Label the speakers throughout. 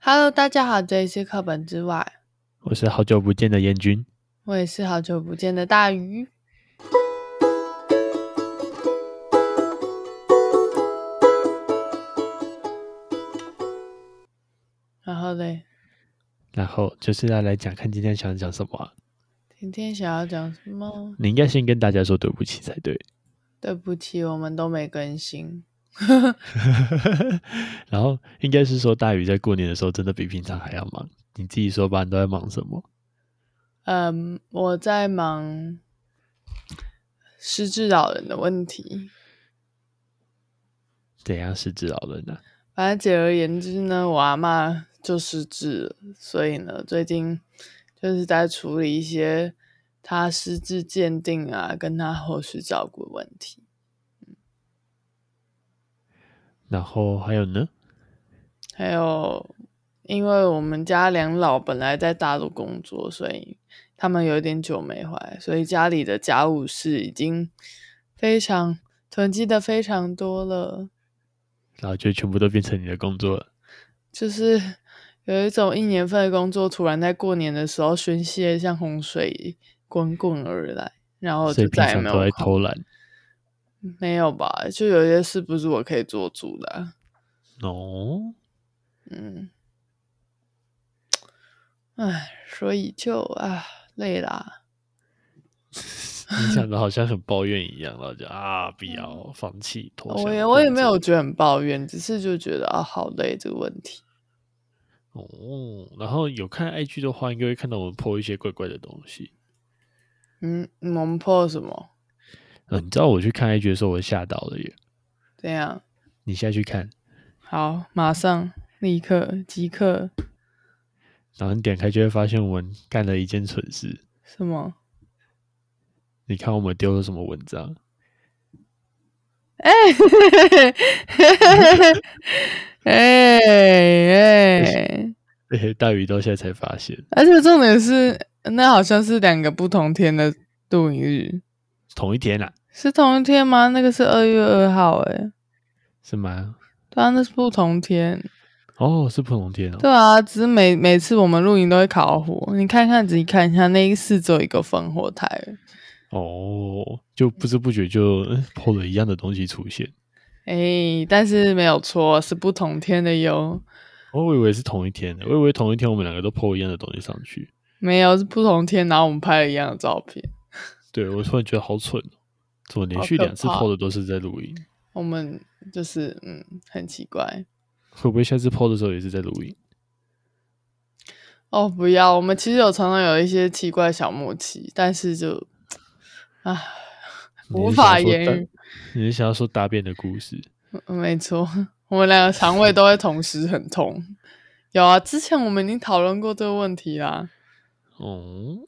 Speaker 1: Hello，大家好，这里是课本之外，
Speaker 2: 我是好久不见的燕君。
Speaker 1: 我也是好久不见的大鱼。然后嘞，
Speaker 2: 然后就是要来讲，看今天想讲什么、啊。
Speaker 1: 今天想要讲什么？
Speaker 2: 你应该先跟大家说对不起才对。
Speaker 1: 对不起，我们都没更新。
Speaker 2: 然后应该是说，大宇在过年的时候真的比平常还要忙。你自己说吧，你都在忙什么？
Speaker 1: 嗯，我在忙失智老人的问题。
Speaker 2: 怎样失智老人呢、啊？
Speaker 1: 反正简而言之呢，我阿嬷就失智了，所以呢，最近就是在处理一些她失智鉴定啊，跟她后续照顾的问题。
Speaker 2: 然后还有呢？
Speaker 1: 还有，因为我们家两老本来在大陆工作，所以他们有点久没回来，所以家里的家务事已经非常囤积的非常多了，
Speaker 2: 然后就全部都变成你的工作了。
Speaker 1: 就是有一种一年份的工作突然在过年的时候宣泄，像洪水滚滚而来，然后
Speaker 2: 所
Speaker 1: 哦就
Speaker 2: 以平
Speaker 1: 再也
Speaker 2: 常
Speaker 1: 没
Speaker 2: 都在
Speaker 1: 有空。
Speaker 2: 偷懒。
Speaker 1: 没有吧？就有些事不是我可以做主的啊、
Speaker 2: 哦，
Speaker 1: 嗯，唉，所以就啊累啦。
Speaker 2: 你讲的好像很抱怨一样，然后就啊，不要放弃投降。
Speaker 1: 哦我也我也没
Speaker 2: 这样
Speaker 1: 有觉得很抱怨，只是就觉得啊好累这个问题。
Speaker 2: 哦，然后有看 IG 的话，应该会看到我们 po 一些怪怪的东西。
Speaker 1: 嗯，嗯我们 PO 了什么？
Speaker 2: 嗯，你知道我去看 IG 的时候，我吓到了耶！
Speaker 1: 怎样？
Speaker 2: 你现在去看，
Speaker 1: 好，马上立刻即刻
Speaker 2: 然后你点开就会发现我们干了一件蠢事。
Speaker 1: 什么？
Speaker 2: 你看我们丢了什么文章？
Speaker 1: 哎哎，
Speaker 2: 嘿嘿，大鱼到现在才发现，
Speaker 1: 而且重点是，那好像是两个不同天的录影日，
Speaker 2: 同一天啦、啊，
Speaker 1: 是同一天吗？那个是二月二号、欸，哎，
Speaker 2: 是吗？
Speaker 1: 对啊，那是不同天。
Speaker 2: 哦，是不同天哦。
Speaker 1: 对啊，只是每每次我们露营都会烤火，你看看仔细看一下，那一次只有一个烽火台而已。
Speaker 2: 哦，就不知不觉就嗯 po 了一样的东西出现。
Speaker 1: 哎、但是没有错，是不同天的哟。
Speaker 2: 哦，我以为是同一天的，我以为同一天我们两个都 po 一样的东西上去。
Speaker 1: 没有是不同天，然后我们拍了一样的照片。
Speaker 2: 对我突然觉得好蠢哦，怎么连
Speaker 1: 好
Speaker 2: 续
Speaker 1: 可
Speaker 2: 两次
Speaker 1: 怕
Speaker 2: po 的都是在录音？
Speaker 1: 我们就是嗯，很奇怪
Speaker 2: 会不会下次 PO 的时候也是在录音？
Speaker 1: 哦。不要，我们其实有常常有一些奇怪小默契，但是就啊无法言喻。
Speaker 2: 你是想要说大便的故事？
Speaker 1: 嗯没错， 我们两个肠胃都会同时很痛。有啊，之前我们已经讨论过这个问题啦。
Speaker 2: 哦，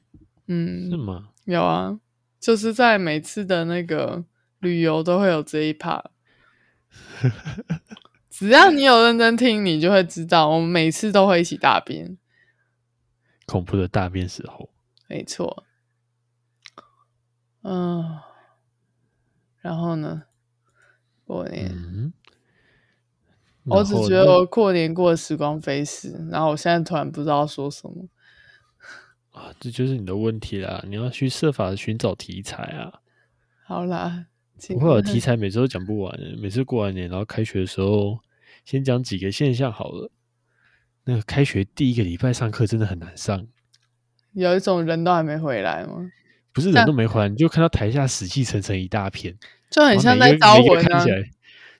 Speaker 1: 嗯，
Speaker 2: 是吗？
Speaker 1: 有啊，就是在每次的那个旅游都会有这一 part。只要你有认真听，你就会知道，我们每次都会一起大便。
Speaker 2: 恐怖的大便时候，
Speaker 1: 没错，嗯、然后呢？过年，
Speaker 2: 嗯，
Speaker 1: 我
Speaker 2: 然
Speaker 1: 只
Speaker 2: 后
Speaker 1: 觉得
Speaker 2: 那
Speaker 1: 我过年过的时光飞逝，然后我现在突然不知道说什么。
Speaker 2: 啊，这就是你的问题啦！你要去设法寻找题材啊，
Speaker 1: 好啦，
Speaker 2: 不
Speaker 1: 请
Speaker 2: 会有题材，每次都讲不完。每次过完年，然后开学的时候，先讲几个现象好了。那个开学第一个礼拜上课真的很难上，
Speaker 1: 有一种人都还没回来吗？
Speaker 2: 不是人都没回来，你就看到台下死气沉沉一大片，
Speaker 1: 就很
Speaker 2: 然后
Speaker 1: 像
Speaker 2: 哦每
Speaker 1: 在
Speaker 2: 个
Speaker 1: 招
Speaker 2: 每个
Speaker 1: 魂
Speaker 2: 看
Speaker 1: 啊
Speaker 2: 起！来，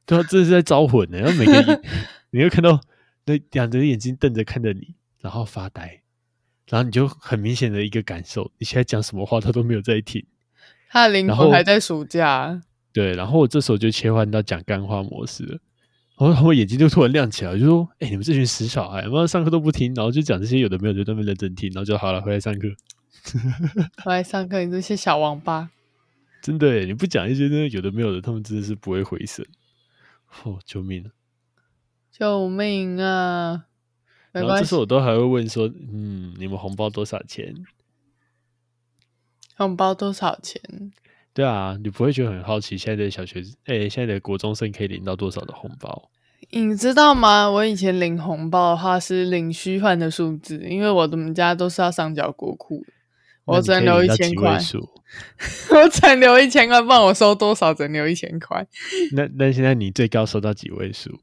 Speaker 2: 对啊，这是在招魂呢、然后每个 一你会看到那两只眼睛瞪着看着你，然后发呆，然后你就很明显的一个感受，你现在讲什么话他都没有在听。
Speaker 1: 他的灵
Speaker 2: 然
Speaker 1: 魂
Speaker 2: 后
Speaker 1: 还在暑假。
Speaker 2: 对，然后我这时候就切换到讲干话模式了，然后他们眼睛就突然亮起来，我就说：“哎、你们这群死小孩，妈上课都不听，然后就讲这些有的没有，就在那边认真听，然后就好了，回来上课。
Speaker 1: 我来上课，你这些小王八。
Speaker 2: 真的耶，你不讲一些真的有的没有的，他们真的是不会回神。哦，救命啊！
Speaker 1: 救命啊！没
Speaker 2: 然后
Speaker 1: 关
Speaker 2: 这时
Speaker 1: 系
Speaker 2: 候，我都还会问说：“嗯，你们红包多少钱
Speaker 1: 红包多少钱？？”
Speaker 2: 对啊，你不会觉得很好奇，现在的小学，哎、现在的国中生可以领到多少的红包？
Speaker 1: 你知道吗？我以前领红包的话是领虚幻的数字，因为我们家都是要上缴国库的，我只能留一千块， 我只能留一千块，不然我收多少只能留一千块，
Speaker 2: 那那现在你最高收到几位数？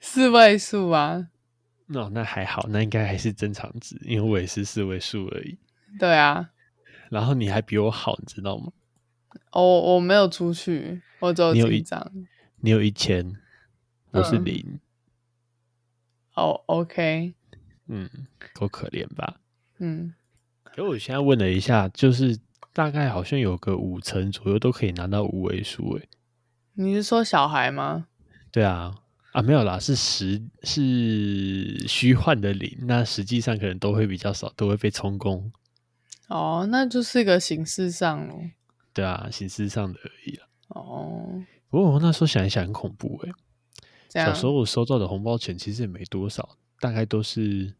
Speaker 1: 四位数啊，
Speaker 2: 哦，那还好，那应该还是正常值，因为我也是四位数而已。
Speaker 1: 对啊，
Speaker 2: 然后你还比我好，你知道吗？
Speaker 1: 我哦我没有出去，我只有
Speaker 2: 你有
Speaker 1: 进
Speaker 2: 一
Speaker 1: 账。
Speaker 2: 你有一千，我是
Speaker 1: 嗯
Speaker 2: 零，
Speaker 1: 哦，OK，
Speaker 2: 嗯，够可怜吧？
Speaker 1: 嗯，
Speaker 2: 可我现在问了一下，就是大概好像有个五成左右都可以拿到五位数，诶，
Speaker 1: 你是说小孩吗？
Speaker 2: 对啊，啊没有啦，是实是虚幻的零，那实际上可能都会比较少，都会被充公，
Speaker 1: 哦，那就是个形式上咯。
Speaker 2: 对啊，形式上的而已啦。
Speaker 1: 哦，
Speaker 2: 不过我那时候想一想很恐怖诶，
Speaker 1: 这样
Speaker 2: 小时候我收到的红包钱其实也没多少，大概都是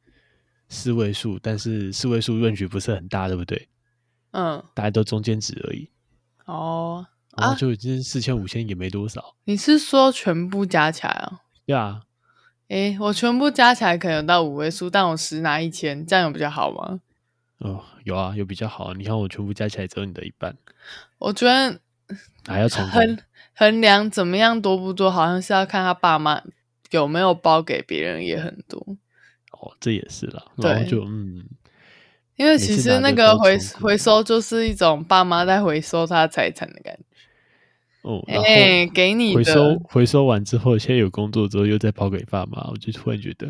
Speaker 2: 四位数，但是四位数润许不是很大，对不对？
Speaker 1: 嗯，
Speaker 2: 大概都中间值而已，
Speaker 1: 哦，
Speaker 2: 然后
Speaker 1: 啊
Speaker 2: 就已经四千五千也没多少，
Speaker 1: 你是说全部加起来啊？
Speaker 2: 对啊，
Speaker 1: 诶，我全部加起来可能有到五位数，但我十拿一千，这样有比较好吗？
Speaker 2: 哦，有啊，有比较好啊，你看我全部加起来只有你的一半，
Speaker 1: 我觉得
Speaker 2: 还要重
Speaker 1: 衡
Speaker 2: 工，
Speaker 1: 衡量怎么样多不多，好像是要看他爸妈有没有包给别人，也很多。
Speaker 2: 哦，这也是啦，然后
Speaker 1: 对
Speaker 2: 就嗯，
Speaker 1: 因为
Speaker 2: 每
Speaker 1: 其
Speaker 2: 次
Speaker 1: 实
Speaker 2: 拿
Speaker 1: 那
Speaker 2: 就
Speaker 1: 个
Speaker 2: 都
Speaker 1: 回
Speaker 2: 重复
Speaker 1: 回收就是一种爸妈在回收他财产的感觉。
Speaker 2: 哦，然后
Speaker 1: 哎、给你的
Speaker 2: 回收回收完之后，现在有工作之后又再包给爸妈，我就突然觉得，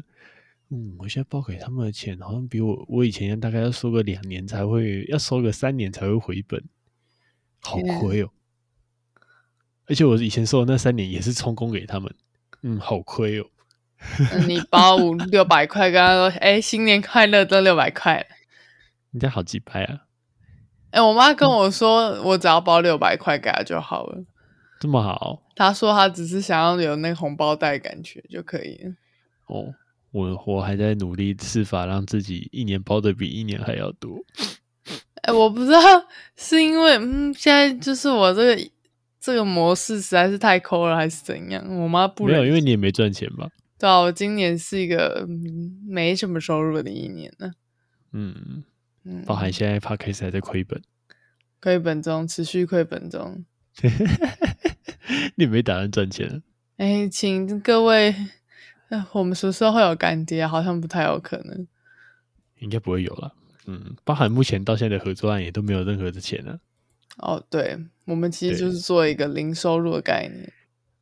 Speaker 2: 嗯，我现在包给他们的钱好像比我我以前大概要收个两年才会，要收个三年才会回本，好
Speaker 1: 天啊
Speaker 2: 亏哦。而且我以前收的那三年也是充公给他们，嗯，好亏哦。
Speaker 1: 嗯你包五六百块，跟他说：“哎、新年快乐，这六百块。
Speaker 2: 人家好鸡掰啊，”
Speaker 1: 哎，我妈
Speaker 2: 嗯
Speaker 1: 跟我说，我只要包六百块给她就好了。
Speaker 2: 这么好
Speaker 1: 她说她只是想要有那个红包袋的感觉就可以了。
Speaker 2: 哦。我我还在努力试法让自己一年包的比一年还要多。
Speaker 1: 哎，我不知道是因为嗯，现在就是我这个这个模式实在是太抠了，还是怎样？我妈不
Speaker 2: 没有，
Speaker 1: 忍。
Speaker 2: 因为你也没赚钱吧？
Speaker 1: 对啊，我今年是一个、嗯、没什么收入的一年呢。
Speaker 2: 嗯，
Speaker 1: 嗯，
Speaker 2: 包含现在 podcast 还在亏本。
Speaker 1: 亏本中，持续亏本中。
Speaker 2: 你没打算赚钱啊？
Speaker 1: 哎，请各位，呃我们什么时候会有干爹？好像不太有可能。
Speaker 2: 应该不会有啦。嗯，包含目前到现在的合作案也都没有任何的钱啊。
Speaker 1: 哦，对，我们其实
Speaker 2: 对
Speaker 1: 就是做一个零收入的概念。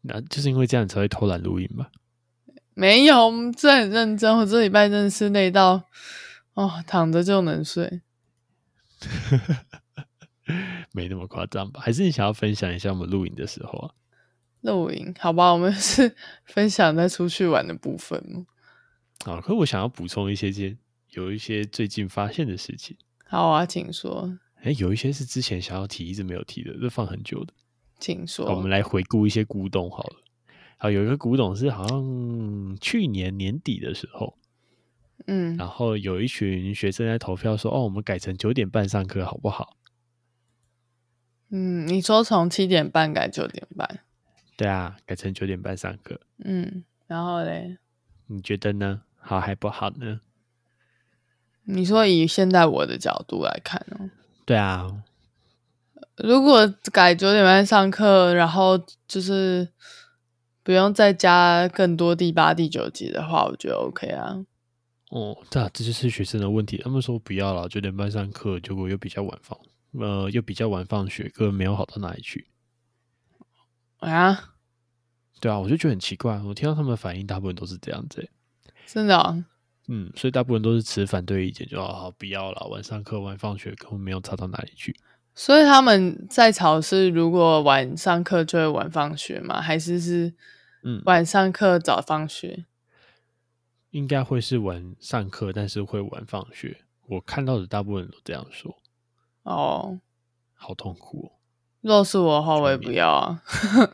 Speaker 2: 那就是因为这样你才会偷懒录音吧？
Speaker 1: 没有，我们这很认真。我这礼拜真的是累到，哦，躺着就能睡。
Speaker 2: 没那么夸张吧？还是你想要分享一下我们录影的时候啊？
Speaker 1: 露营，好吧，我们是 分享在出去玩的部分嘛。
Speaker 2: 啊，可我想要补充一些些，有一些最近发现的事情。
Speaker 1: 好啊，请说，
Speaker 2: 哎，有一些是之前想要提一直没有提的，这放很久的。
Speaker 1: 请说。
Speaker 2: 好我们来回顾一些古董好了。好，有一个古董是好像去年年底的时候，
Speaker 1: 嗯，
Speaker 2: 然后有一群学生在投票说，哦，我们改成九点半上课好不好？
Speaker 1: 嗯，你说从七点半改九点半，
Speaker 2: 对啊，改成九点半上课。
Speaker 1: 嗯，然后嘞，
Speaker 2: 你觉得呢？好还不好呢？
Speaker 1: 你说以现在我的角度来看哦，
Speaker 2: 对啊，
Speaker 1: 如果改九点半上课，然后就是不用再加更多第八、第九集的话，我觉得 OK 啊。
Speaker 2: 哦，对啊，这就是学生的问题。他们说不要了，九点半上课，结果又比较晚放，呃，又比较晚放学，根本没有好到哪里去。
Speaker 1: 啊，
Speaker 2: 对啊，我就觉得很奇怪，我听到他们的反应，大部分都是这样子欸、
Speaker 1: 真的、哦，
Speaker 2: 嗯，所以大部分都是持反对意见，就哦好不要了，晚上课晚放学根本没有差到哪里去。
Speaker 1: 所以他们在吵是如果晚上课就会晚放学吗？还是是
Speaker 2: 嗯
Speaker 1: 晚上课早放学？
Speaker 2: 应该会是晚上课，但是会晚放学。我看到的大部分人都这样说，
Speaker 1: 哦，
Speaker 2: 好痛苦哦。
Speaker 1: 若是我的话，我也
Speaker 2: 全
Speaker 1: 不
Speaker 2: 面
Speaker 1: 要啊，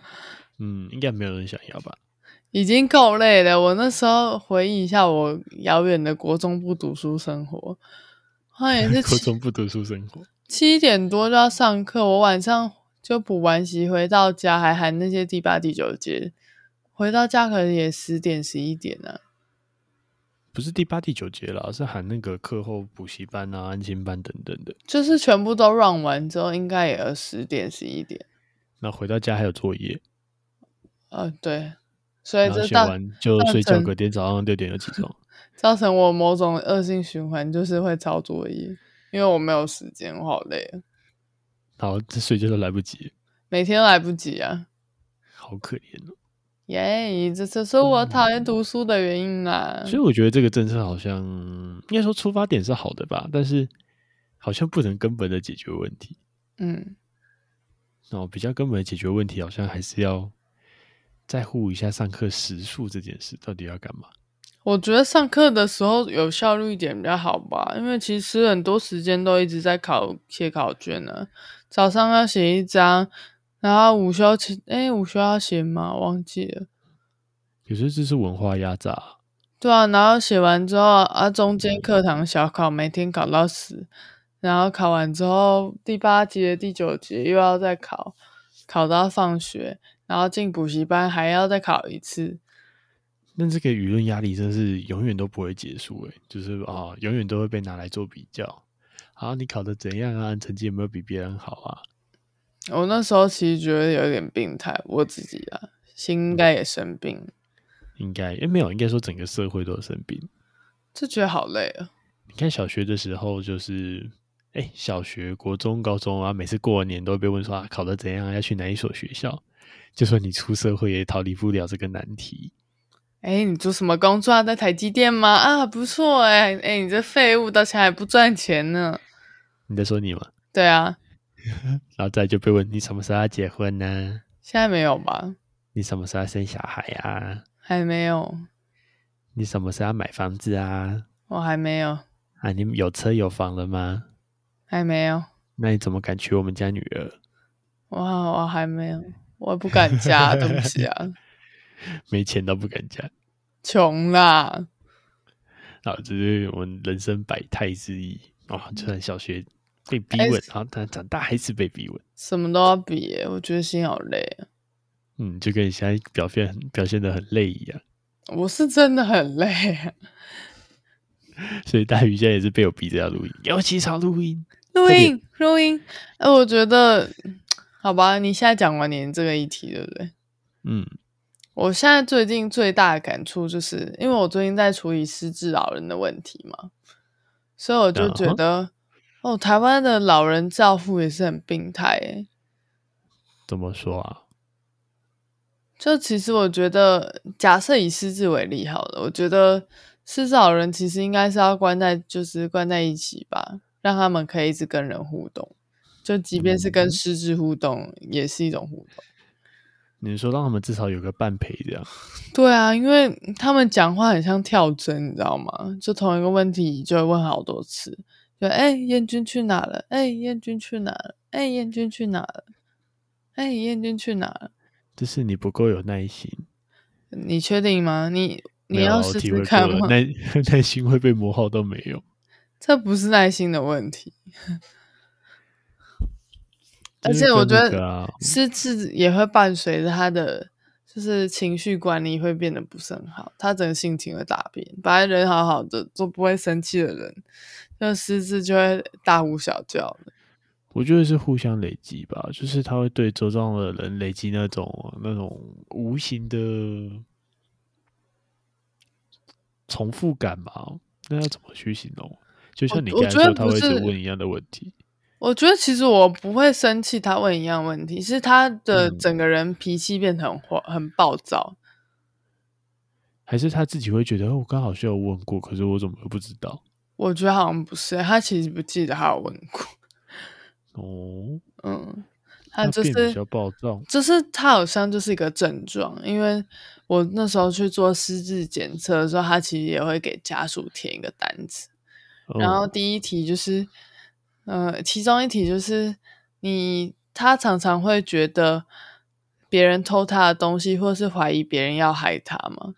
Speaker 2: 嗯，应该没有人想要吧？
Speaker 1: 已经够累了。我那时候回忆一下我遥远的国中不读书生活，好像也是
Speaker 2: 高
Speaker 1: 七
Speaker 2: 中不读书生活。
Speaker 1: 七点多就要上课，我晚上就补完习回到家，还喊那些第八、第九节，回到家可能也十点十一点啊了、
Speaker 2: 不是第八、第九节啦，是喊那个课后补习班啊、安心班等等的。
Speaker 1: 就是全部都 run 完之后，应该也十点十一点。
Speaker 2: 那回到家还有作业，
Speaker 1: 呃，对，所以
Speaker 2: 然后
Speaker 1: 这
Speaker 2: 写
Speaker 1: 到
Speaker 2: 完就
Speaker 1: 造
Speaker 2: 睡觉，
Speaker 1: 成
Speaker 2: 隔天早上六点就起床。
Speaker 1: 造成我某种恶性循环，就是会抄作业，因为我没有时间，我好累啊，
Speaker 2: 然后这睡觉都来不及，
Speaker 1: 每天来不及啊。
Speaker 2: 好可怜哦。
Speaker 1: 耶、这就是
Speaker 2: 嗯
Speaker 1: 我讨厌读书的原因啦。
Speaker 2: 所以我觉得这个政策好像应该说出发点是好的吧，但是好像不能根本的解决问题。
Speaker 1: 嗯，
Speaker 2: 那哦我比较根本的解决问题，好像还是要在乎一下上课时数这件事，到底要干嘛？
Speaker 1: 我觉得上课的时候有效率一点比较好吧，因为其实很多时间都一直在考写考卷呢、早上要写一张，然后午休前，哎，午休要写吗？忘记了。
Speaker 2: 有时候这是文化压榨啊，
Speaker 1: 对啊，然后写完之后啊，中间课堂小考，每天考到死，然后考完之后，第八节、第九节又要再考，考到放学，然后进补习班还要再考一次。
Speaker 2: 那这个舆论压力真是永远都不会结束诶、就是啊，永远都会被拿来做比较。啊，你考的怎样啊？成绩有没有比别人好啊？
Speaker 1: 我那时候其实觉得有点病态，我自己啊，心应该也生病，
Speaker 2: 应该诶、没有，应该说整个社会都有生病。
Speaker 1: 就觉得好累啊。
Speaker 2: 你看小学的时候，就是哎、诶小学、国中、高中啊，每次过完年都会被问说啊，考得怎样啊？要去哪一所学校？就算你出社会也逃离不了这个难题。
Speaker 1: 哎，你做什么工作啊？在台积电吗？啊，不错哎，哎，你这废物到现在还不赚钱呢。
Speaker 2: 你在说你吗？
Speaker 1: 对啊，
Speaker 2: 然后再就被问你什么时候要结婚呢、
Speaker 1: 现在没有吧？
Speaker 2: 你什么时候要生小孩啊？
Speaker 1: 还没有，
Speaker 2: 你什么时候要买房子啊？
Speaker 1: 我还没有，
Speaker 2: 啊，你有车有房了吗？
Speaker 1: 还没有。
Speaker 2: 那你怎么敢娶我们家女儿？
Speaker 1: 我我还没有，我也不敢加，对不起 啊，
Speaker 2: 没钱都不敢嫁。
Speaker 1: 穷啦。
Speaker 2: 啊，这是我们人生百态之一啊！就算小学被逼
Speaker 1: 哎
Speaker 2: 问，然后但长大还是被逼问。
Speaker 1: 什么都要比耶、我觉得心好累啊、
Speaker 2: 嗯，就跟你现在表现很表现的很累一样，
Speaker 1: 我是真的很累啊、
Speaker 2: 所以大鱼现在也是被我逼着要录音，要起床录音。
Speaker 1: 录
Speaker 2: 快点
Speaker 1: 音，录音，哎、我觉得，好吧，你现在讲完你这个议题，对不对？
Speaker 2: 嗯，
Speaker 1: 我现在最近最大的感触就是，因为我最近在处理失智老人的问题嘛，所以我就觉得，哦，台湾的老人照护也是很病态诶、
Speaker 2: 怎么说啊？
Speaker 1: 就其实我觉得，假设以失智为例好了，我觉得失智老人其实应该是要关在，就是关在一起吧，让他们可以一直跟人互动，就即便是跟
Speaker 2: 嗯
Speaker 1: 失智互动，也是一种互动。
Speaker 2: 你说让他们至少有个伴陪这样，
Speaker 1: 对啊，因为他们讲话很像跳针，你知道吗？就同一个问题就会问好多次，就哎、燕君去哪了？哎、燕君去哪了？哎、燕君去哪了？哎、燕君去哪了？
Speaker 2: 就是你不够有耐心。
Speaker 1: 你确定吗？你你
Speaker 2: 没有啊
Speaker 1: 要
Speaker 2: 我
Speaker 1: 试
Speaker 2: 体
Speaker 1: 试
Speaker 2: 会
Speaker 1: 看
Speaker 2: 过了
Speaker 1: 吗？
Speaker 2: 耐耐心会被磨耗都没有。
Speaker 1: 这不是耐心的问题，而
Speaker 2: 就是
Speaker 1: 且我
Speaker 2: 跟
Speaker 1: 觉
Speaker 2: 那
Speaker 1: 得
Speaker 2: 个啊
Speaker 1: 失智也会伴随着他的就是情绪管理会变得不是很好，他整个性情会大变。本来人好好的都不会生气的人，那失智就会大呼小叫了。
Speaker 2: 我觉得是互相累积吧，就是他会对周遭的人累积那种那种无形的重复感吧。那要怎么去形容？就像你
Speaker 1: 我我
Speaker 2: 刚
Speaker 1: 觉
Speaker 2: 才
Speaker 1: 得
Speaker 2: 说，他
Speaker 1: 不
Speaker 2: 会一直
Speaker 1: 是
Speaker 2: 问一样的问题。
Speaker 1: 我觉得其实我不会生气，他问一样问题，是他的
Speaker 2: 嗯
Speaker 1: 整个人脾气变得很火、很暴躁。
Speaker 2: 还是他自己会觉得，哦我刚好是有问过，可是我怎么会不知道？
Speaker 1: 我觉得好像不是，他其实不记得他有问过，
Speaker 2: 哦，
Speaker 1: 嗯，他
Speaker 2: 他
Speaker 1: 就
Speaker 2: 变
Speaker 1: 是
Speaker 2: 比较暴躁。
Speaker 1: 就是它好像就是一个症状，因为我那时候去做失智检测的时候，他其实也会给家属填一个单子，然后
Speaker 2: 嗯
Speaker 1: 第一题就是，呃，其中一题就是你他常常会觉得别人偷他的东西，或是怀疑别人要害他嘛，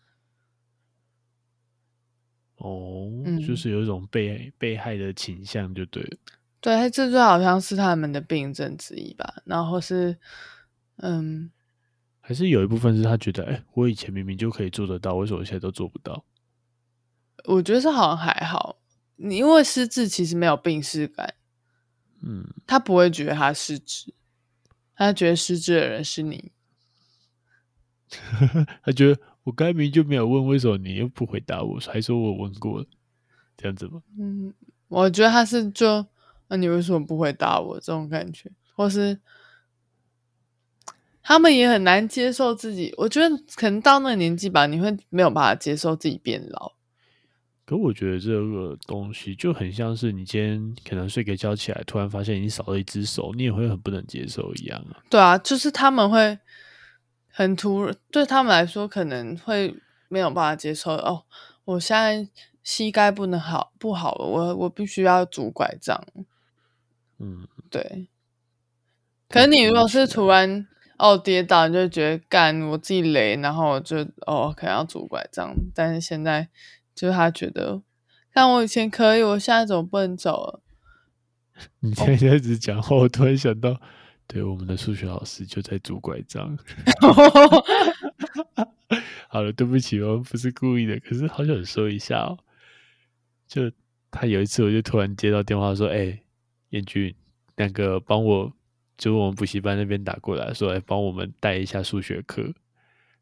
Speaker 2: 哦，就
Speaker 1: 嗯
Speaker 2: 是有一种被被害的倾向，就对了。
Speaker 1: 对，这就好像是他们的病症之一吧，然后或是嗯，
Speaker 2: 还是有一部分是他觉得，哎、我以前明明就可以做得到，为什么现在都做不到？
Speaker 1: 我觉得是好像还好，你因为失智其实没有病逝感，
Speaker 2: 嗯，
Speaker 1: 他不会觉得他失智，他觉得失智的人是你。
Speaker 2: 他觉得我刚才明明就没有问，为什么你又不回答我，还说我问过了，这样子吗？
Speaker 1: 嗯，我觉得他是就，那、你为什么不回答我这种感觉，或是他们也很难接受自己。我觉得可能到那个年纪吧，你会没有办法接受自己变老。
Speaker 2: 可我觉得这个东西就很像是你今天可能睡个觉起来，突然发现你少了一只手，你也会很不能接受一样啊。
Speaker 1: 对啊，就是他们会很突然，对他们来说可能会没有办法接受。哦，我现在膝盖不能好不好了，我我必须要拄拐杖。
Speaker 2: 嗯，
Speaker 1: 对，可
Speaker 2: 太
Speaker 1: 是你
Speaker 2: 可
Speaker 1: 如果
Speaker 2: 惜
Speaker 1: 是
Speaker 2: 了
Speaker 1: 突然哦跌倒，你就觉得干我自己累，然后我就哦可能要拄拐杖，但是现在就是他觉得，看我以前可以，我现在怎么不能走了？
Speaker 2: 你现在开始讲话，我突然想到，对，我们的数学老师就在拄拐杖。好了，对不起，我不是故意的，可是好想说一下哦。就他有一次，我就突然接到电话说：“哎、彦君，那个帮我，就是我们补习班那边打过来说，哎、帮我们带一下数学课，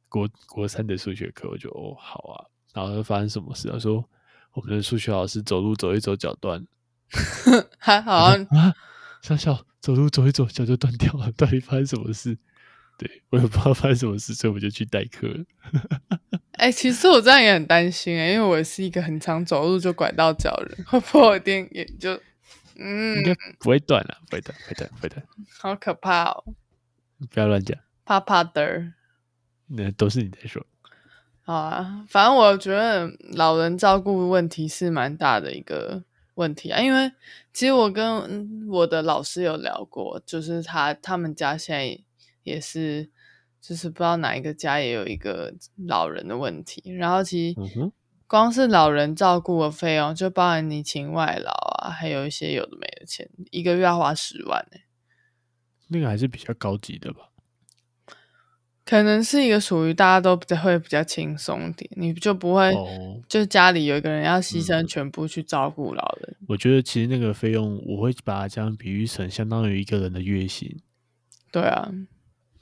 Speaker 2: 国国三的数学课。”我就哦，好啊。然后就发生什么事？他说我们的数学老师走路走一走脚断了。
Speaker 1: 还好像
Speaker 2: 啊，笑笑走路走一走脚就断掉了，到底发生什么事？对我也不知道发生什么事，所以我就去代课了。
Speaker 1: 哎、其实我这样也很担心哎、因为我是一个很常走路就拐到脚的人，会不会我一定也就嗯
Speaker 2: 应，该不会断了，不会断，不会断，不会断，
Speaker 1: 好可怕哦，
Speaker 2: 不要乱讲，
Speaker 1: 怕怕的儿。
Speaker 2: 那都是你在说。
Speaker 1: 好啊，反正我觉得老人照顾问题是蛮大的一个问题啊，因为其实我跟嗯我的老师有聊过，就是他他们家现在也是，就是不知道哪一个家也有一个老人的问题，然后其实
Speaker 2: 嗯哼
Speaker 1: 光是老人照顾的费用，就包含你请外劳啊，还有一些有的没的钱，一个月要花十万、欸、
Speaker 2: 那个还是比较高级的吧？
Speaker 1: 可能是一个属于大家都比较会比较轻松一点，你就不会、
Speaker 2: 哦
Speaker 1: 就家里有一个人要牺牲
Speaker 2: 嗯
Speaker 1: 全部去照顾老人。
Speaker 2: 我觉得其实那个费用，我会把它这样比喻成相当于一个人的月薪，
Speaker 1: 对啊，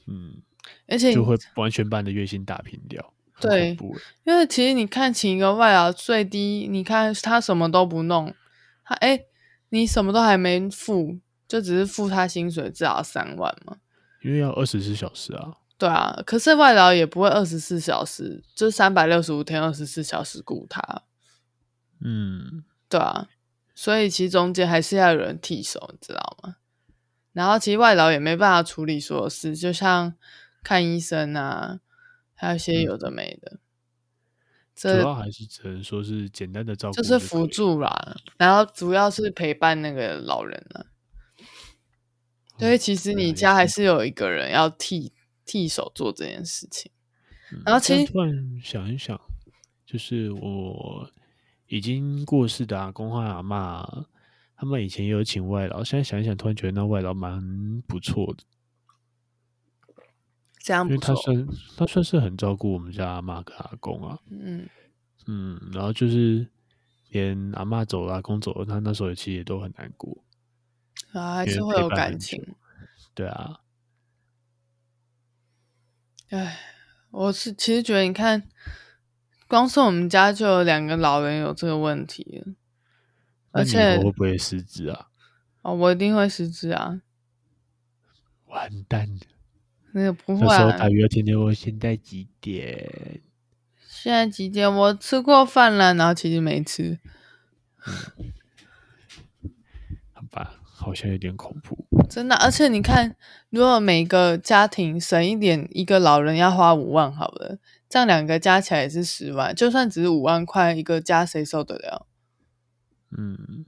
Speaker 2: 嗯，
Speaker 1: 而且你
Speaker 2: 就会完全把你的月薪打平掉。很
Speaker 1: 对
Speaker 2: 恐怖欸
Speaker 1: 因为其实你看请一个外劳最低，你看他什么都不弄，他哎、你什么都还没付，就只是付他薪水至少三万嘛。
Speaker 2: 因为要二十四小时啊。
Speaker 1: 对啊，可是外劳也不会二十四小时，就三百六十五天二十四小时雇他。
Speaker 2: 嗯，
Speaker 1: 对啊，所以其实中间还是要有人替手，你知道吗？然后其实外劳也没办法处理所有事，就像看医生啊，还有一
Speaker 2: 嗯
Speaker 1: 些有的没的，
Speaker 2: 主
Speaker 1: 这
Speaker 2: 要还是只能说是简单的照顾，
Speaker 1: 就是辅。助啦。然后主要是陪伴那个老人了、所以其实
Speaker 2: 对啊
Speaker 1: 你
Speaker 2: 也
Speaker 1: 家还
Speaker 2: 是
Speaker 1: 是有一个人要替替手做这件事情。
Speaker 2: 嗯
Speaker 1: 然后其
Speaker 2: 这样
Speaker 1: 实
Speaker 2: 突然想一想，就是我已经过世的阿公和阿嬷，他们以前也有请外劳，现在想一想，突然觉得那外劳蛮不错的，
Speaker 1: 这样不
Speaker 2: 因为他
Speaker 1: 错，
Speaker 2: 算他算是很照顾我们家阿嬷跟阿公啊，
Speaker 1: 嗯，
Speaker 2: 嗯，然后就是连阿嬷走了，阿公走了，他那时候其实也都很难过，
Speaker 1: 啊，还
Speaker 2: 因
Speaker 1: 是
Speaker 2: 为
Speaker 1: 会
Speaker 2: 陪
Speaker 1: 有
Speaker 2: 伴
Speaker 1: 感
Speaker 2: 很久
Speaker 1: 情。
Speaker 2: 对啊，
Speaker 1: 唉，我是其实觉得，你看，光是我们家就有两个老人有这个问题了，
Speaker 2: 那
Speaker 1: 而
Speaker 2: 你以后
Speaker 1: 且
Speaker 2: 会不会失职啊？
Speaker 1: 哦，我一定会失职啊，
Speaker 2: 完蛋了，
Speaker 1: 那个不会
Speaker 2: 那时候
Speaker 1: 啊
Speaker 2: 大。约要天天问现在几点？
Speaker 1: 现在几点？我吃过饭了，然后其实没吃。
Speaker 2: 好吧，好像有点恐怖。
Speaker 1: 真的，而且你看，如果每个家庭省一点，一个老人要花五万好了，这样两个加起来也是十万，就算只是五万块，一个家谁受得了？
Speaker 2: 嗯，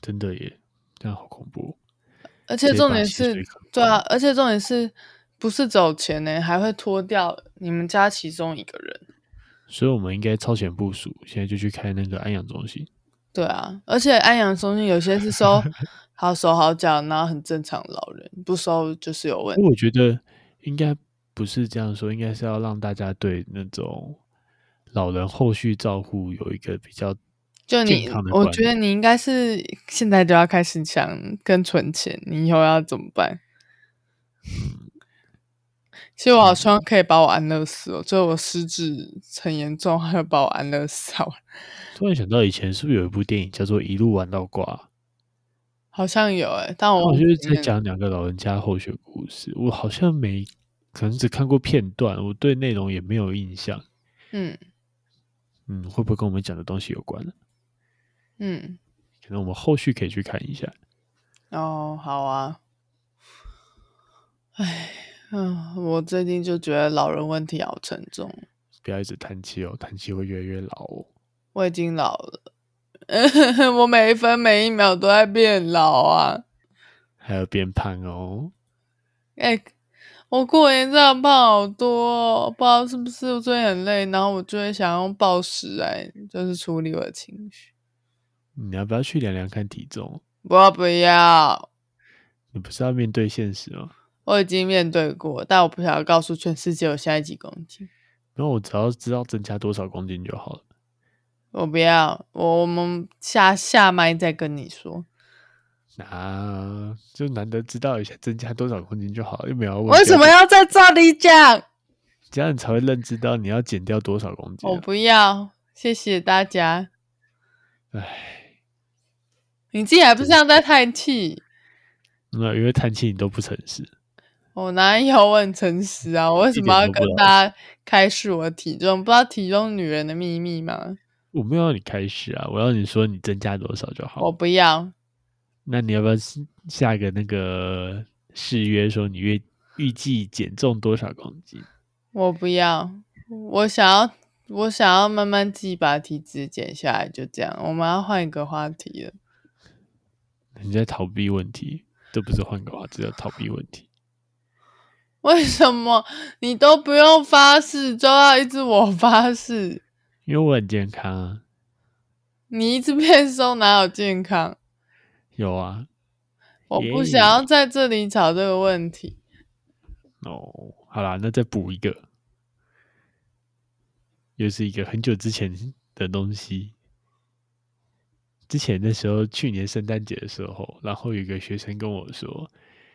Speaker 2: 真的耶，这样好恐怖。哦
Speaker 1: 而且
Speaker 2: 直接
Speaker 1: 重
Speaker 2: 把
Speaker 1: 点
Speaker 2: 薪水
Speaker 1: 是
Speaker 2: 砍，
Speaker 1: 对啊，而且重点是不是走钱呢，还会拖掉你们家其中一个人。
Speaker 2: 所以我们应该超前部署，现在就去开那个安养中心。
Speaker 1: 对啊，而且安养中心有些是 收好手好脚，然后很正常的老人，不收就是有问
Speaker 2: 不
Speaker 1: 题。
Speaker 2: 过我觉得应该不是这样说，应该是要让大家对那种老人后续照护有一个比较
Speaker 1: 就你
Speaker 2: 健康的，观念
Speaker 1: 我觉得你应该是现在就要开始想跟存钱，你以后要怎么办？其实我
Speaker 2: 嗯
Speaker 1: 好希望可以把我安乐死哦，就我失智很严重，还要把我安乐死好了，
Speaker 2: 突然想到以前是不是有一部电影叫做《一路玩到挂》？
Speaker 1: 好像有诶、但哦我
Speaker 2: 我
Speaker 1: 忘
Speaker 2: 就是
Speaker 1: 记
Speaker 2: 在
Speaker 1: 那
Speaker 2: 讲两个老人家后续故事，我好像没，可能只看过片段，我对内容也没有印象。
Speaker 1: 嗯
Speaker 2: 嗯，会不会跟我们讲的东西有关呢？
Speaker 1: 嗯
Speaker 2: 可能我们后续可以去看一下。
Speaker 1: 哦，好啊，哎，嗯，我最近就觉得老人问题好沉重，
Speaker 2: 不要一直叹气哦，叹气会越来越老哦。
Speaker 1: 我已经老了， 我每一分每一秒都在变老啊。
Speaker 2: 还有变胖哦，
Speaker 1: 哎、我过年真的胖好多哦、不知道是不是我最近很累，然后我就会想用暴食来就是处理我的情绪。
Speaker 2: 你要不要去量量看体重？
Speaker 1: 我不要，
Speaker 2: 你不是要面对现实吗？
Speaker 1: 我已经面对过，但我不想要告诉全世界我现在几公斤。
Speaker 2: 然后我只要知道增加多少公斤就好了。
Speaker 1: 我不要，我我们下下麦再跟你说。
Speaker 2: 啊，就难得知道一下增加多少公斤就好了，又没有要问
Speaker 1: 为什么要在这里讲？
Speaker 2: 这样你才会认知到你要减掉多少公斤、
Speaker 1: 我
Speaker 2: 啊。
Speaker 1: 不要，谢谢大家。
Speaker 2: 唉，
Speaker 1: 你自己还不像在叹气？
Speaker 2: 那因为叹气你都不诚实，
Speaker 1: 我哪有我很诚实啊？我为什么要跟大家开示我的体重？不知道体重女人的秘密吗？
Speaker 2: 我没有要你开始啊，我要你说你增加多少就好。
Speaker 1: 我不要，
Speaker 2: 那你要不要下个那个誓约，说你约预计减重多少公斤？
Speaker 1: 我不要，我想要，我想要慢慢自己把体脂减下来，就这样。我们要换一个话题了。
Speaker 2: 你在逃避问题，这不是换个话，这叫逃避问题。
Speaker 1: 为什么你都不用发誓，就要一直我发誓？
Speaker 2: 因为我很健康啊，
Speaker 1: 你一直变瘦，哪有健康？
Speaker 2: 有啊，
Speaker 1: 我不
Speaker 2: 耶
Speaker 1: 想要在这里吵这个问题。
Speaker 2: 哦，好啦，那再补一个，又是一个很久之前的东西。之前那时候，去年圣诞节的时候，然后有一个学生跟我说，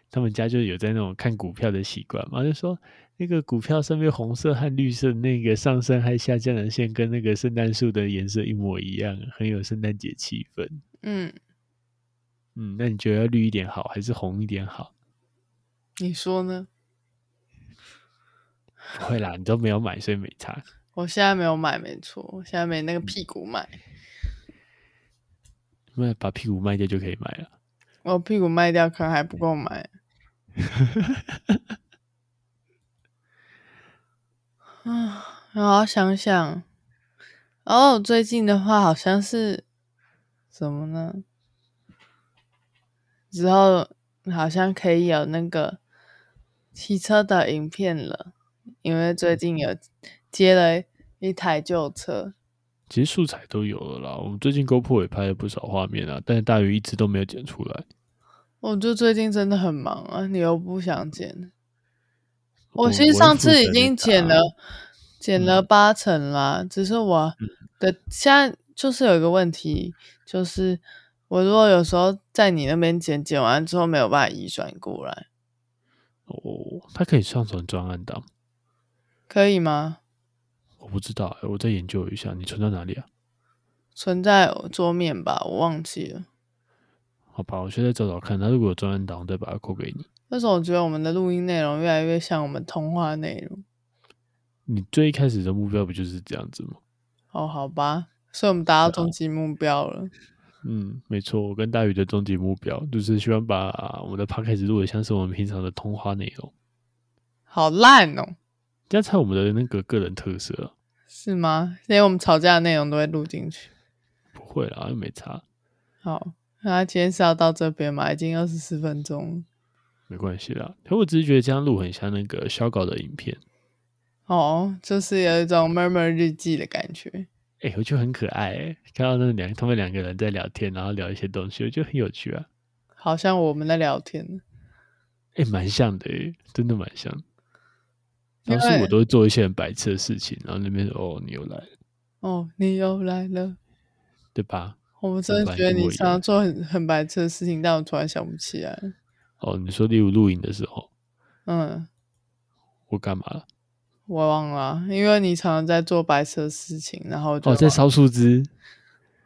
Speaker 2: 他们家就有在那种看股票的习惯嘛，就说那个股票上面红色和绿色的那个上升和下降的线跟那个圣诞树的颜色一模一样，很有圣诞节气氛。
Speaker 1: 嗯，
Speaker 2: 嗯，那你觉得要绿一点好，还是红一点好？
Speaker 1: 你说呢？
Speaker 2: 不会啦，你都没有买，所以没差。
Speaker 1: 我现在没有买，没错，我现在没那个屁股买。
Speaker 2: 那把屁股卖掉就可以买了。
Speaker 1: 我哦屁股卖掉可能还不够买。啊，然后想想，哦，最近的话好像是什么呢？之后好像可以有那个骑车的影片了，因为最近有接了一台旧车。
Speaker 2: 其实素材都有了啦，我们最近 GoPro 也拍了不少画面啊，但是大鱼一直都没有剪出来。
Speaker 1: 我哦就最近真的很忙啊，你又不想剪。我
Speaker 2: 我
Speaker 1: 其
Speaker 2: 会
Speaker 1: 实上
Speaker 2: 负责
Speaker 1: 次已
Speaker 2: 那
Speaker 1: 经
Speaker 2: 个
Speaker 1: 减
Speaker 2: 啊嗯
Speaker 1: 了，减了八成啦，只是我的现在就是有一个问题，就是我如果有时候在你那边剪，剪完之后没有办法移转过来，
Speaker 2: 哦，它可以上传专案档，
Speaker 1: 可以吗？
Speaker 2: 我不知道欸、我再研究一下。你存到哪里啊？
Speaker 1: 存在我桌面吧，我忘记了。
Speaker 2: 好吧，我现在找找看。那如果有专案档，我再把它扣给你。
Speaker 1: 为什么我觉得我们的录音内容越来越像我们通话内容？
Speaker 2: 你最一开始的目标不就是这样子吗？
Speaker 1: 哦，好吧，所以我们达到
Speaker 2: 啊
Speaker 1: 终极目标了。
Speaker 2: 嗯，没错，我跟大宇的终极目标就是希望把我们的 podcast 录得像是我们平常的通话内容，
Speaker 1: 好烂哦，
Speaker 2: 这样才有我们的那个个人特色啊、
Speaker 1: 是吗？连我们吵架的内容都会录进去。
Speaker 2: 不会啦，又没差，
Speaker 1: 好，那今天是要到这边嘛？已经二十四分钟了。
Speaker 2: 没关系啦。可我只是觉得这样录很像那个小稿的影片。
Speaker 1: 哦，就是有一种 murmur 日记的感觉。
Speaker 2: 哎、我觉得很可爱、欸，看到那两他们两个人在聊天，然后聊一些东西，我觉得很有趣啊。
Speaker 1: 好像我们在聊天，
Speaker 2: 哎、蛮像的、欸，真的蛮像。当时
Speaker 1: 对
Speaker 2: 我都会做一些很白痴的事情，然后那边说哦，你又来了，
Speaker 1: 哦，你又来了。
Speaker 2: 对吧？
Speaker 1: 我真的觉得你常常做很很白痴的事情，但我突然想不起来。
Speaker 2: 哦，你说例如录影的时候，
Speaker 1: 嗯，
Speaker 2: 我干嘛了？
Speaker 1: 我忘了，啊因为你常常在做白痴的事情，然后我就
Speaker 2: 哦，在
Speaker 1: 忘
Speaker 2: 烧树枝，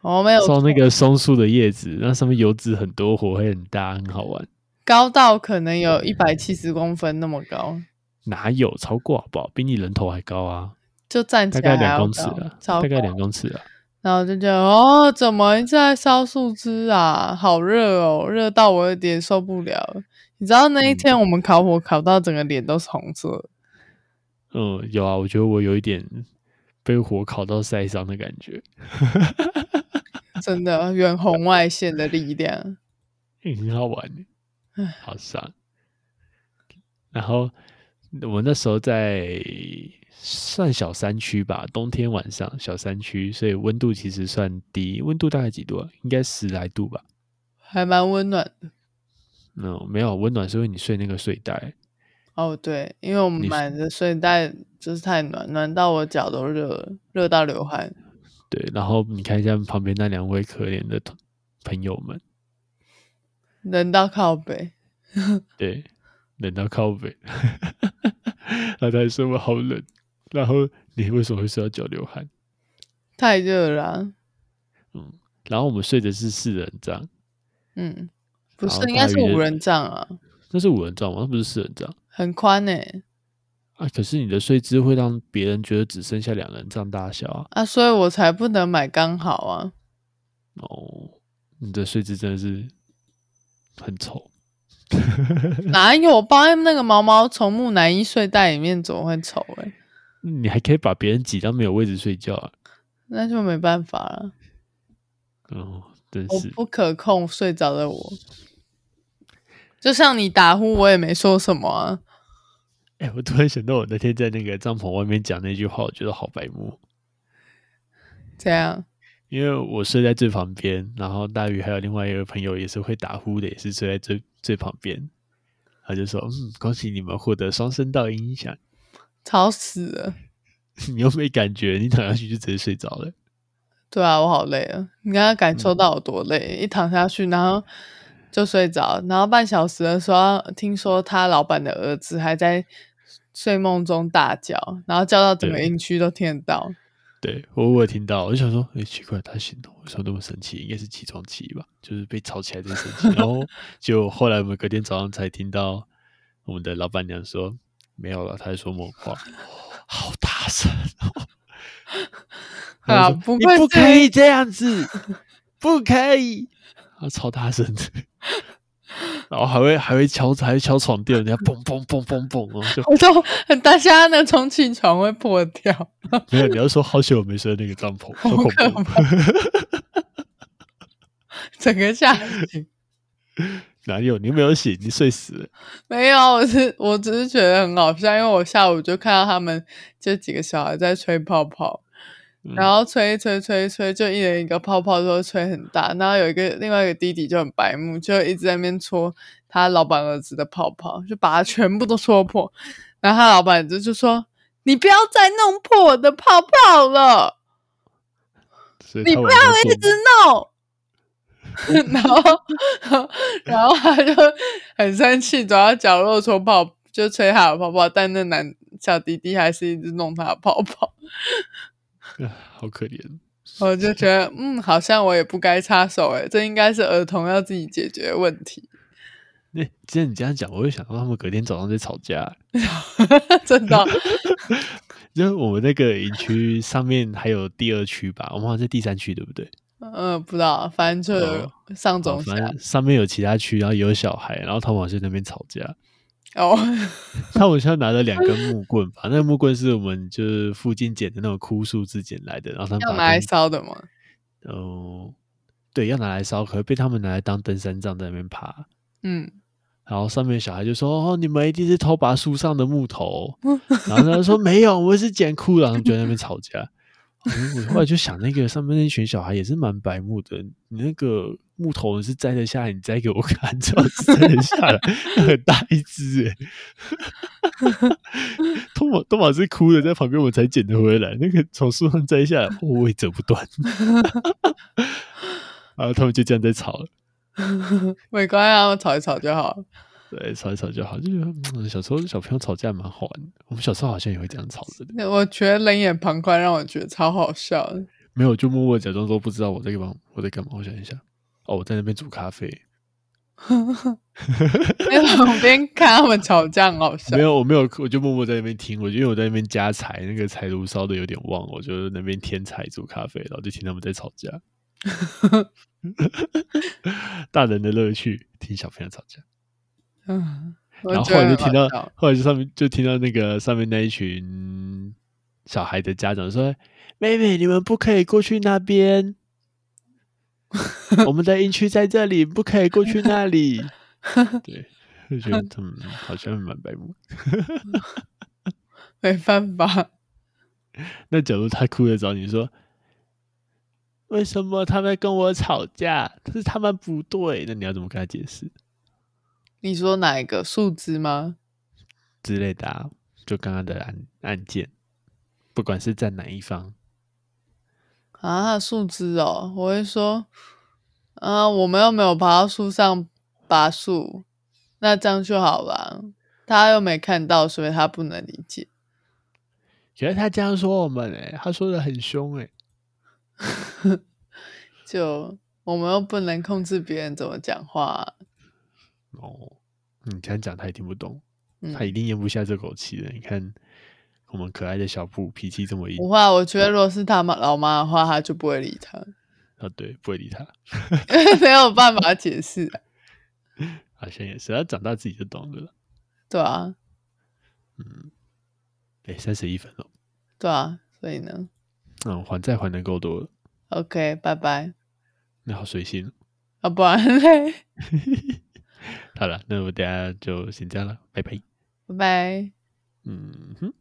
Speaker 1: 哦没有
Speaker 2: 烧那个松树的叶子，那上面油脂很多，火会很大，很好玩。
Speaker 1: 高到可能有一百七十公分那么高，
Speaker 2: 哪有超过好不好？比你人头还高啊，
Speaker 1: 就站起
Speaker 2: 大
Speaker 1: 来
Speaker 2: 概
Speaker 1: 还要
Speaker 2: 两公尺
Speaker 1: 高
Speaker 2: 啊，
Speaker 1: 超
Speaker 2: 大概
Speaker 1: 高
Speaker 2: 两公尺啊。
Speaker 1: 然后就觉得哦，怎么在烧树枝啊？好热哦，热到我有点受不了了。你知道那一
Speaker 2: 嗯
Speaker 1: 天我们烤火烤到整个脸都是红色的，
Speaker 2: 嗯，有啊，我觉得我有一点被火烤到晒伤的感觉。
Speaker 1: 真的远红外线的力量。
Speaker 2: 欸很好玩
Speaker 1: 唉，
Speaker 2: 好爽。然后我那时候在算小山区吧，冬天晚上小山区，所以温度其实算低，温度大概几度啊？应该十来度吧。
Speaker 1: 还蛮温暖的
Speaker 2: 嗯，没有温暖是因为你睡那个睡袋，
Speaker 1: 哦，对，因为我们
Speaker 2: 你是
Speaker 1: 买的睡袋就是太暖，暖到我脚都热了，热到流汗。
Speaker 2: 对。然后你看一下旁边那两位可怜的同朋友们，
Speaker 1: 人到靠北，
Speaker 2: 对，冷到靠北， 他还说我好冷。然后你为什么会睡到脚流汗？
Speaker 1: 太热了啊、
Speaker 2: 嗯，然后我们睡的是四人帐，
Speaker 1: 嗯，不
Speaker 2: 好
Speaker 1: 是，应该
Speaker 2: 大
Speaker 1: 是
Speaker 2: 于人
Speaker 1: 无人帐啊，
Speaker 2: 那是五人帐吗？那不是四人帐
Speaker 1: 很宽欸呢、
Speaker 2: 啊！可是你的睡姿会让别人觉得只剩下两人帐大小啊！
Speaker 1: 啊，所以我才不能买刚好啊。
Speaker 2: 哦，你的睡姿真的是很丑。
Speaker 1: 哪有？我抱在那个毛毛虫木乃伊睡袋里面，怎么会丑哎、
Speaker 2: 你还可以把别人挤到没有位置睡觉啊！
Speaker 1: 那就没办法了，
Speaker 2: 哦，真
Speaker 1: 我
Speaker 2: 是
Speaker 1: 不可控睡着的我。就像你打呼，我也没说什么啊。
Speaker 2: 哎、我突然想到我那天在那个帐篷外面讲那句话，我觉得好白目，
Speaker 1: 这样，
Speaker 2: 因为我睡在最旁边，然后大鱼还有另外一个朋友也是会打呼的，也是睡在最最旁边。他就说：“嗯，恭喜你们获得双声道音响。”
Speaker 1: 吵死了。
Speaker 2: 你又没感觉，你躺下去就直接睡着了。
Speaker 1: 对啊，我好累啊！你刚刚感受到我多
Speaker 2: 嗯
Speaker 1: 累，一躺下去，然后就睡着，然后半小时的时候，听说他老板的儿子还在睡梦中大叫，然后叫到整个
Speaker 2: 对
Speaker 1: 营区都听得到。
Speaker 2: 对我我有听到，我就想说，哎、奇怪，他醒了，为什么那么生气？应该是起床气吧，就是被吵起来才生气。然后就后来我们隔天早上才听到我们的老板娘说没有了，她在说梦话， 好大声哦！
Speaker 1: 啊
Speaker 2: 她就说
Speaker 1: 不
Speaker 2: 你
Speaker 1: 愧
Speaker 2: 不
Speaker 1: 是
Speaker 2: 可以这样 子，不可以，啊，超大声的。然后还会还会敲还会敲床垫，人家嘣嘣嘣嘣嘣，然后就
Speaker 1: 我都很担心他那个充气床会破掉。
Speaker 2: 没有，你要说好险我没睡那个帐篷，好恐
Speaker 1: 可
Speaker 2: 怖，
Speaker 1: 整个下醒。
Speaker 2: 哪有？你又没有醒，你睡死了。
Speaker 1: 没有，啊我是我只是觉得很好笑，因为我下午就看到他们这几个小孩在吹泡泡，
Speaker 2: 嗯
Speaker 1: 然后吹一吹吹一吹，就一人一个泡泡都吹很大，然后有一个另外一个弟弟就很白目，就一直在那边戳他老板儿子的泡泡，就把它全部都戳破，然后他老板就就说：“你不要再弄破我的泡泡了。”
Speaker 2: 所以
Speaker 1: 你
Speaker 2: 他
Speaker 1: 不
Speaker 2: 晚上
Speaker 1: 一
Speaker 2: 做
Speaker 1: 直闹。 然后，然后他就很生气，走到角落戳泡，就吹他的泡泡，但那男小弟弟还是一直弄他的泡泡。
Speaker 2: 梦，唉好可怜。
Speaker 1: 我就觉得，嗯，好像我也不该插手，诶，这应该是儿童要自己解决的问题。
Speaker 2: 那既然你这样讲，我就想到他们隔天早上在吵架。
Speaker 1: 真 的，
Speaker 2: 就是我们那个营区上面还有第二区吧，我们好像在第三区，对不对？
Speaker 1: 嗯，不知道，反正就
Speaker 2: 哦
Speaker 1: 有上
Speaker 2: 好
Speaker 1: 中下
Speaker 2: 反正上面有其他区，然后也有小孩，然后他们好像在那边吵架。
Speaker 1: 哦，
Speaker 2: 那我现在拿了两根木棍吧，那个木棍是我们就是附近捡的那种枯树枝捡来的，然后他们
Speaker 1: 要
Speaker 2: 把
Speaker 1: 拿
Speaker 2: 它
Speaker 1: 来
Speaker 2: 当
Speaker 1: 烧的吗？
Speaker 2: 哦，对，要拿来烧，可是被他们拿来当登山杖在那边爬。
Speaker 1: 嗯，
Speaker 2: 然后上面小孩就说：“哦，你们一定是偷拔树上的木头。”然后他就说：“没有，我们是捡枯。”然后他们就在那边吵架。嗯我后来就想，那个上面那群小孩也是蛮白目的。你那个木头是摘得下来，你摘给我看， 知道是摘得下来，那很大一只哎、 托马托马是哭的，在旁边我才捡得回来。那个从树上摘下来，哦我也折不断。 然后他们就这样在吵了，
Speaker 1: 没关系啊，吵一吵就好了。
Speaker 2: 对，吵一吵就好。就觉得、嗯、小时候小朋友吵架蛮好玩的，我们小时候好像也会这样吵的。
Speaker 1: 那我觉得冷眼旁观让我觉得超好笑的。
Speaker 2: 没有，就默默地假装说不知道我在干嘛，我在干嘛。我想一下，哦，我在那边煮咖啡。
Speaker 1: 在旁边看他们吵架很好笑
Speaker 2: 没。有，我没有，我就默默在那边听。我就因为我在那边加柴，那个柴炉烧的有点旺，我就那边添柴煮咖啡，然后就听他们在吵架。大人的乐趣，听小朋友吵架。
Speaker 1: 嗯，我
Speaker 2: 然后
Speaker 1: 觉
Speaker 2: 后
Speaker 1: 得
Speaker 2: 来就
Speaker 1: 很
Speaker 2: 听
Speaker 1: 好
Speaker 2: 到
Speaker 1: 笑，
Speaker 2: 后来就上面就听到那个上面那一群小孩的家长说：“妹妹，你们不可以过去那边，我们的营区在这里，不可以过去那 里。”对，就觉得他们好像蛮白目。
Speaker 1: 没办法，
Speaker 2: 那假如他哭着找你说：“为什么他们跟我吵架？是他们不对。”那你要怎么跟他解释
Speaker 1: 你说哪一个树枝吗？
Speaker 2: 之类的、啊？就刚刚的案案件，不管是在哪一方，
Speaker 1: 啊，树枝哦，我会说，啊，我们又没有爬到树上拔树，那这样就好了。他又没看到，所以他不能理解。
Speaker 2: 觉得他这样说我们、欸，他说的很凶、欸，
Speaker 1: 就我们又不能控制别人怎么讲话、
Speaker 2: 哦，你这样讲他也听不懂，
Speaker 1: 嗯，
Speaker 2: 他一定咽不下这口气的。你看，我们可爱的小布脾气这么硬
Speaker 1: 不会啊，我觉得如果是他妈老妈的话，他就不会理他，
Speaker 2: 啊，对，不会理他，
Speaker 1: 因为没有办法解释、啊，
Speaker 2: 好像也是，他长大自己就懂了啦。
Speaker 1: 对啊，
Speaker 2: 嗯，哎、三十一分了，
Speaker 1: 对啊，所以呢
Speaker 2: 嗯，还债还的够多了，
Speaker 1: ，OK，拜拜，
Speaker 2: 那好随心
Speaker 1: 啊，
Speaker 2: 哦。
Speaker 1: 不 然嘞，
Speaker 2: 好了，那我等下就先这样了，拜拜。
Speaker 1: 拜拜。
Speaker 2: 嗯哼。